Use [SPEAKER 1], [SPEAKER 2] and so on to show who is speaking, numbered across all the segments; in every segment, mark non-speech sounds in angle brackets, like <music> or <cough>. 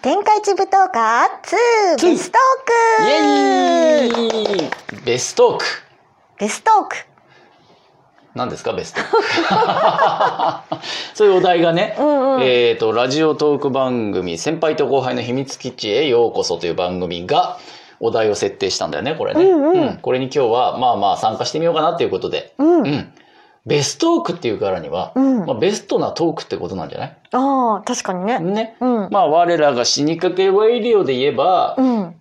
[SPEAKER 1] 天下一舞踏家2
[SPEAKER 2] ツー
[SPEAKER 1] ベスト
[SPEAKER 2] イ
[SPEAKER 1] ー
[SPEAKER 2] エ
[SPEAKER 1] ク
[SPEAKER 2] ーイベストーク
[SPEAKER 1] ベストーク
[SPEAKER 2] 何ですかベストーク
[SPEAKER 1] <laughs>
[SPEAKER 2] そういうお題がね、
[SPEAKER 1] うんうん
[SPEAKER 2] えー、とラジオトーク番組「先輩と後輩の秘密基地へようこそ」という番組がお題を設定したんだよねこれね、
[SPEAKER 1] うんうん
[SPEAKER 2] これに今日はまあまあ参加してみようかなということで、
[SPEAKER 1] うん、
[SPEAKER 2] う
[SPEAKER 1] うん
[SPEAKER 2] ん、ベストークっていうからには、まあ、ベストなトークってことなんじゃない
[SPEAKER 1] ああ確かにね
[SPEAKER 2] ね、
[SPEAKER 1] うん、
[SPEAKER 2] まあ我らが死にかけワイリオで言えば、
[SPEAKER 1] うん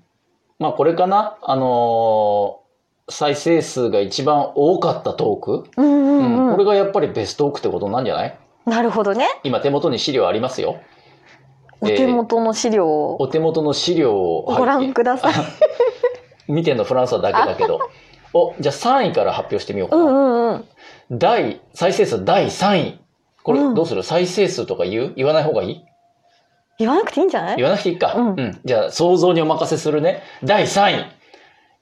[SPEAKER 2] まあこれかなあのー再生数が一番多かったトーク、
[SPEAKER 1] うんうんうん
[SPEAKER 2] これがやっぱりベストトークってことなんじゃない
[SPEAKER 1] なるほどね
[SPEAKER 2] 今手元に資料ありますよ
[SPEAKER 1] お手元の資料を
[SPEAKER 2] お手元の資料を
[SPEAKER 1] ご覧ください、
[SPEAKER 2] 見てんのフランスはだけだ
[SPEAKER 1] <laughs>
[SPEAKER 2] けどおじゃあ3位から発表してみようか
[SPEAKER 1] う
[SPEAKER 2] な、
[SPEAKER 1] んうんうん
[SPEAKER 2] 第再生数第3位これ
[SPEAKER 1] うん
[SPEAKER 2] どうする、再生数とか言う言わない方がいい
[SPEAKER 1] 言わなくていいんじゃない
[SPEAKER 2] 言わなくていいか、
[SPEAKER 1] うん
[SPEAKER 2] じゃあ想像にお任せするね第3位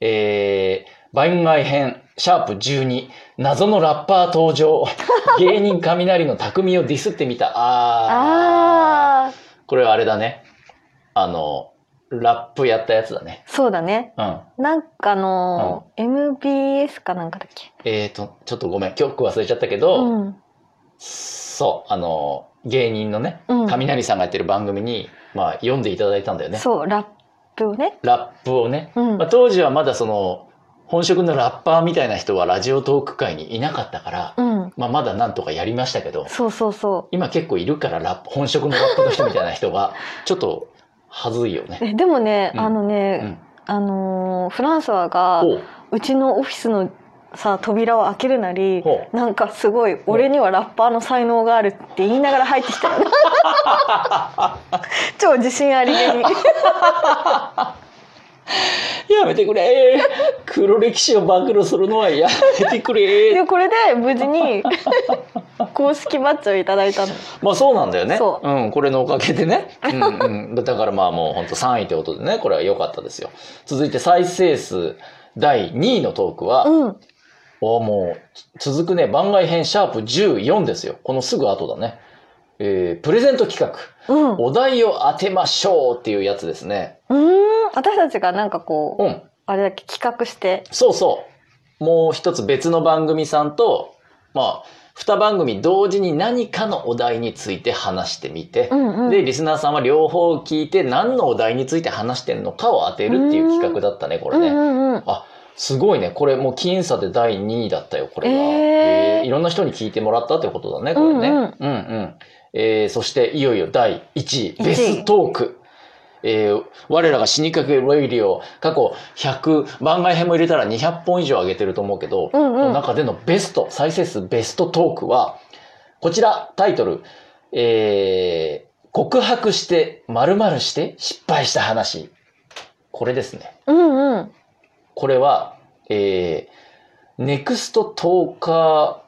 [SPEAKER 2] えー、番外編シャープ12謎のラッパー登場
[SPEAKER 1] <laughs>
[SPEAKER 2] 芸人雷の匠をディスってみたあー
[SPEAKER 1] ああー
[SPEAKER 2] これはあれだねあのラップやったやつだね
[SPEAKER 1] そうだね
[SPEAKER 2] うん
[SPEAKER 1] なんかあのー、MBS かなんかだっけ
[SPEAKER 2] えーとちょっとごめん曲忘れちゃったけど、
[SPEAKER 1] うん
[SPEAKER 2] そうあの芸人のね
[SPEAKER 1] うん
[SPEAKER 2] 雷さんがやってる番組に、まあ、読んでいただいたんだよね
[SPEAKER 1] そうラップをね
[SPEAKER 2] ラップをね
[SPEAKER 1] うん、
[SPEAKER 2] まあ、当時はまだその本職のラッパーみたいな人はラジオトーク界にいなかったから、
[SPEAKER 1] うん
[SPEAKER 2] まあ、まだなんとかやりましたけど
[SPEAKER 1] そうそうそ
[SPEAKER 2] 今結構いるからラップ本職のラップの人みたいな人
[SPEAKER 1] <laughs>
[SPEAKER 2] はちょっとはずいよ
[SPEAKER 1] う
[SPEAKER 2] ね。
[SPEAKER 1] えでもね、
[SPEAKER 2] うん
[SPEAKER 1] あのね、
[SPEAKER 2] うん、
[SPEAKER 1] あのーフランソワが
[SPEAKER 2] ほう
[SPEAKER 1] うちのオフィスのさ扉を開けるなり
[SPEAKER 2] ほ
[SPEAKER 1] なんかすごい俺にはラッパーの才能があるって言いながら入ってき
[SPEAKER 2] <laughs>
[SPEAKER 1] たよ超自信あり
[SPEAKER 2] <laughs>
[SPEAKER 1] げに
[SPEAKER 2] うやめてくれ黒歴史を暴露するのはやめてく
[SPEAKER 1] <laughs>
[SPEAKER 2] れ
[SPEAKER 1] でこれで無事に公式バッジをいただいたの
[SPEAKER 2] まあそうなんだよね、
[SPEAKER 1] そう
[SPEAKER 2] ん、これのおかげ
[SPEAKER 1] <laughs>
[SPEAKER 2] でね、うんうん、だからまあもう本当3位ってことでねこれは良かったですよ続いて再生数第2位のトークは、
[SPEAKER 1] うん
[SPEAKER 2] おもうつ続くね番外編シャープ14ですよこのすぐ後だね、えープレゼント企画
[SPEAKER 1] うんう
[SPEAKER 2] お題を当てましょうっていうやつですね
[SPEAKER 1] ーん私たちがなんかこう
[SPEAKER 2] うん
[SPEAKER 1] あれだっけ企画して
[SPEAKER 2] そうそうもう一つ別の番組さんとまあ2番組同時に何かのお題について話してみて
[SPEAKER 1] う、んうん
[SPEAKER 2] でリスナーさんは両方聞いて何のお題について話してんのかを当てるっていう企画だったねこれね、
[SPEAKER 1] うんうんうん
[SPEAKER 2] すごいねこれもう僅差で第2位だったよこれは、
[SPEAKER 1] えー
[SPEAKER 2] えーいろんな人に聞いてもらったってことだねこれね、
[SPEAKER 1] うんうん
[SPEAKER 2] うんえーそしていよいよ第1
[SPEAKER 1] 一
[SPEAKER 2] 位
[SPEAKER 1] 位
[SPEAKER 2] ベストーク、えー我らが死にかけレイリオ過去100番外編も入れたら200本以上上げてると思うけど、
[SPEAKER 1] うんうん
[SPEAKER 2] の中でのベスト再生数ベストトークはこちらタイトル、えー告白して〇〇して失敗した話これですね
[SPEAKER 1] うんうん
[SPEAKER 2] これは、えー、ネクストトーカ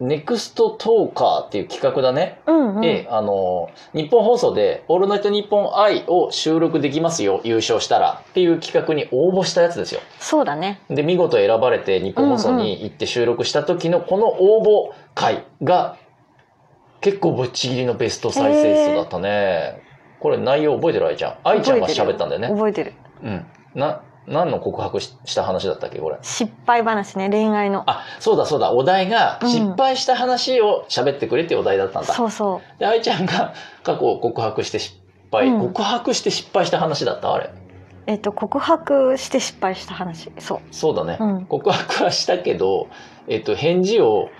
[SPEAKER 2] ー、ネクストトーカーっていう企画だね。
[SPEAKER 1] うんうん
[SPEAKER 2] で、あの、日本放送で、オールナイトニッポン愛を収録できますよ、優勝したらっていう企画に応募したやつですよ。
[SPEAKER 1] そうだね
[SPEAKER 2] で、見事選ばれて日本放送に行って収録した時のこの応募回が、結構ぶっちぎりのベスト再生数だったね。これ内容覚えてる愛ちゃん。愛ちゃんが喋ったんだよね。
[SPEAKER 1] 覚えてる
[SPEAKER 2] うん。な、何の告白しした話だったっけこれ。
[SPEAKER 1] 失敗話ね恋愛の
[SPEAKER 2] あ、そうだそうだ。お題が、
[SPEAKER 1] うん
[SPEAKER 2] 失敗した話を喋ってくれっていうお題だったんだ。
[SPEAKER 1] そうそう
[SPEAKER 2] で、愛ちゃんが過去を告白して失敗、
[SPEAKER 1] うん
[SPEAKER 2] 告白して失敗した話だったあれ。
[SPEAKER 1] えっと告白して失敗した話そ
[SPEAKER 2] そうだね。
[SPEAKER 1] う、うん、
[SPEAKER 2] 告白はしたけど、えっと、返事を、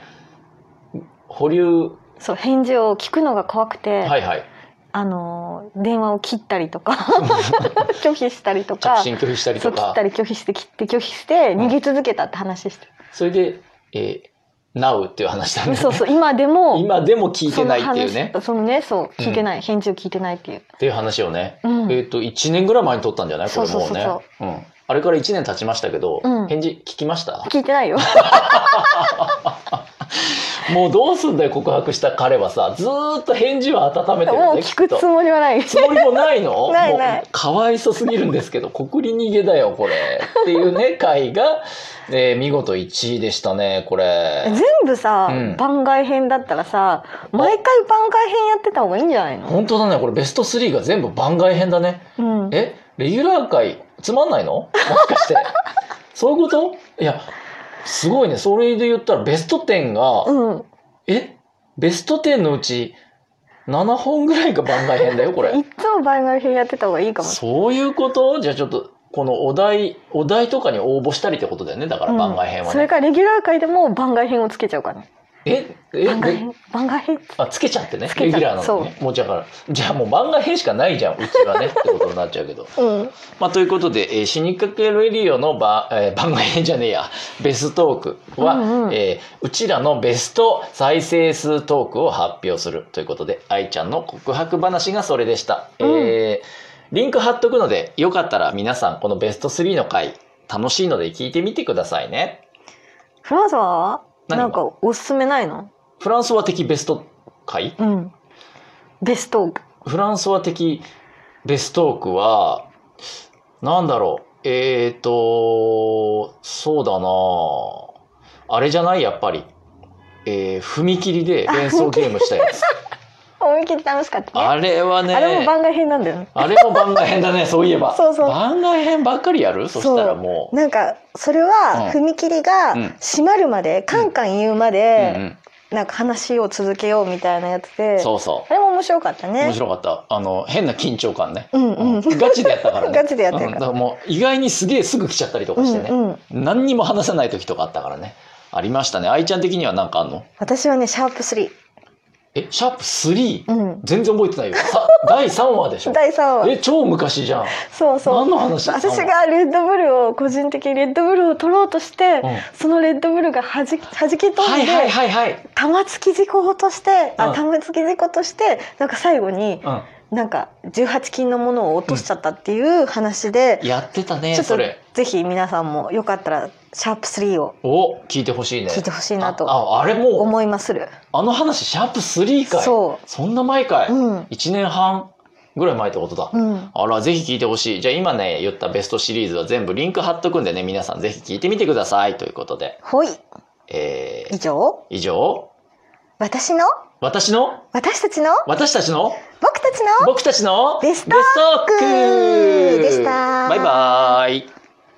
[SPEAKER 2] 保留、
[SPEAKER 1] そう返事を聞くのが怖くて、
[SPEAKER 2] はいはい。
[SPEAKER 1] あのー電話を切ったりと
[SPEAKER 2] <laughs>
[SPEAKER 1] か拒否したりとか
[SPEAKER 2] 着信拒否したり
[SPEAKER 1] そう
[SPEAKER 2] と
[SPEAKER 1] 切
[SPEAKER 2] か
[SPEAKER 1] った。り拒否して切って拒否して逃げ続けたって話して
[SPEAKER 2] それで、えー、Now っていう話だ
[SPEAKER 1] る、
[SPEAKER 2] ね。
[SPEAKER 1] そうそう今でも
[SPEAKER 2] <laughs> 今でも聞いてないっていう
[SPEAKER 1] その
[SPEAKER 2] ね。
[SPEAKER 1] 話そのねそう
[SPEAKER 2] うん
[SPEAKER 1] 聞いてない、返事を聞いてないっていう、
[SPEAKER 2] っていう話をね。
[SPEAKER 1] うん
[SPEAKER 2] えっと、1年ぐらい前に撮ったんじゃないこれも
[SPEAKER 1] そう
[SPEAKER 2] う
[SPEAKER 1] そう
[SPEAKER 2] ね
[SPEAKER 1] そう。
[SPEAKER 2] うん。あれから1年経ちましたけど
[SPEAKER 1] う、ん
[SPEAKER 2] 返事聞きました
[SPEAKER 1] 聞いてないよ
[SPEAKER 2] もうどうすんだよ、告白した彼はさ、ずーっと返事は温めて
[SPEAKER 1] <laughs>
[SPEAKER 2] る
[SPEAKER 1] も
[SPEAKER 2] よ
[SPEAKER 1] う
[SPEAKER 2] ね、
[SPEAKER 1] 聞く
[SPEAKER 2] きっ
[SPEAKER 1] つ
[SPEAKER 2] と。
[SPEAKER 1] もりはない。
[SPEAKER 2] つもりもないの
[SPEAKER 1] <laughs> ないない
[SPEAKER 2] もうかわいそすぎるんですけど、告り逃げだよ、これ。っていう
[SPEAKER 1] <laughs>
[SPEAKER 2] ね、回が、えー見事1位でしたね、これ
[SPEAKER 1] 全。部さ、
[SPEAKER 2] うん
[SPEAKER 1] 番外編だったらさ、毎回番外編やってた方がいいんじゃないの？
[SPEAKER 2] 本当だね、これベスト3が全部番外編だね。
[SPEAKER 1] うん。
[SPEAKER 2] えレギュラー回つまんないのもしかして <laughs> そういうこといやすごいねそれで言ったらベスト10が、
[SPEAKER 1] うん。
[SPEAKER 2] えベスト10のうち7本ぐらいが番外編だよこ
[SPEAKER 1] い
[SPEAKER 2] れ
[SPEAKER 1] っつも番外編やってた方がいいかも。
[SPEAKER 2] そういうことじゃあちょっとこのお題お題とかに応募したりってことだよねだから
[SPEAKER 1] うん
[SPEAKER 2] 番外編は
[SPEAKER 1] それ
[SPEAKER 2] ね、
[SPEAKER 1] からレギュラー界でも番外編をつけちゃうからね。
[SPEAKER 2] ええ
[SPEAKER 1] 番外
[SPEAKER 2] で
[SPEAKER 1] 編番外編
[SPEAKER 2] あつけちゃってね
[SPEAKER 1] つけ
[SPEAKER 2] レ
[SPEAKER 1] ちゃ
[SPEAKER 2] ギ
[SPEAKER 1] う
[SPEAKER 2] ュラーなのにねもうだからじゃあもう番外編しかないじゃんうちはねってことになっちゃうけど
[SPEAKER 1] うん。
[SPEAKER 2] まあ、ということで、えー死にかけレディオのば、えー番外編じゃねえや、ベストトークは、
[SPEAKER 1] うんうん
[SPEAKER 2] えーうちらのベスト再生数トークを発表するということで、愛ちゃんの告白話がそれでした。えーリンク貼っとくので、よかったら皆さん、このベスト3の回、楽しいので聞いてみてくださいね。
[SPEAKER 1] フランスは
[SPEAKER 2] 何が
[SPEAKER 1] なんかおすすめないの？
[SPEAKER 2] フランスは的ベスト回
[SPEAKER 1] うん。ベスト。
[SPEAKER 2] フランスは的ベストークは、なんだろう。えーと、そうだなあれじゃないやっぱり。えー踏切で連想ゲームしたやつ。
[SPEAKER 1] 思い切り楽しかったね。
[SPEAKER 2] あれはね、
[SPEAKER 1] あれも番外編なんだよね。
[SPEAKER 2] あれも番外編だね、そういえば。
[SPEAKER 1] <laughs> そうそう
[SPEAKER 2] 番外編ばっかりやるそしたらもう。
[SPEAKER 1] なんかそれ
[SPEAKER 2] うん
[SPEAKER 1] は踏切が
[SPEAKER 2] うん
[SPEAKER 1] 閉まるまで、カンカン言うまで、
[SPEAKER 2] うん
[SPEAKER 1] なんか話を続けようみたいなやつ
[SPEAKER 2] うん、
[SPEAKER 1] で
[SPEAKER 2] そうそ
[SPEAKER 1] あれも面白かった
[SPEAKER 2] う。面
[SPEAKER 1] ね
[SPEAKER 2] 白かった。あの、変な緊張感ね。
[SPEAKER 1] うんうん、
[SPEAKER 2] ガチでやったから
[SPEAKER 1] <laughs>
[SPEAKER 2] ね。
[SPEAKER 1] ガチでやってるから
[SPEAKER 2] うんだからもう意外にすげえすぐ来ちゃったりと
[SPEAKER 1] う
[SPEAKER 2] かしてね。
[SPEAKER 1] んうん、
[SPEAKER 2] 何にも話せない時とかあったからねありましたね愛ちゃん的には何かあんの
[SPEAKER 1] 私はねシャープ3、
[SPEAKER 2] えシャープ3、
[SPEAKER 1] うん、
[SPEAKER 2] 全然覚えてないよさ第3話で
[SPEAKER 1] <laughs>
[SPEAKER 2] しょ
[SPEAKER 1] 第3話
[SPEAKER 2] え超昔じゃん
[SPEAKER 1] そうそう
[SPEAKER 2] 何の話だったの
[SPEAKER 1] 私がレッドブルを個人的にレッドブルを取ろうとして、
[SPEAKER 2] うん
[SPEAKER 1] そのレッドブルがはじはじき飛んで、
[SPEAKER 2] はいはいはいはい、
[SPEAKER 1] 玉突き事故として、
[SPEAKER 2] うん
[SPEAKER 1] あ玉突き事故としてなんか最後になんか18金のものを落としちゃったっていう話で、
[SPEAKER 2] うん、やってた
[SPEAKER 1] ちょ
[SPEAKER 2] ね
[SPEAKER 1] っと
[SPEAKER 2] それ
[SPEAKER 1] ぜひ皆さんもよかったらシャープ3を
[SPEAKER 2] お聞いてほしいね
[SPEAKER 1] 聞いてほしいな
[SPEAKER 2] あ
[SPEAKER 1] と
[SPEAKER 2] ああれもう
[SPEAKER 1] 思いまする。
[SPEAKER 2] あの話シャープ3かい
[SPEAKER 1] そ
[SPEAKER 2] んな前かい、
[SPEAKER 1] う、うん、
[SPEAKER 2] 1年半ぐらい前ってことだ、
[SPEAKER 1] うん、
[SPEAKER 2] あら、ぜひ聞いてほしい。じゃあ今ね、言ったベストシリーズは全部リンク貼っとくんでね、皆さんぜひ聞いてみてください。ということで、
[SPEAKER 1] ほい
[SPEAKER 2] えー
[SPEAKER 1] 以上
[SPEAKER 2] 以上、
[SPEAKER 1] 私の
[SPEAKER 2] 私の
[SPEAKER 1] 私たちの
[SPEAKER 2] 私たちの
[SPEAKER 1] 僕たちの
[SPEAKER 2] 僕たちの
[SPEAKER 1] ベスト
[SPEAKER 2] ベストーク
[SPEAKER 1] でした
[SPEAKER 2] バイバーイ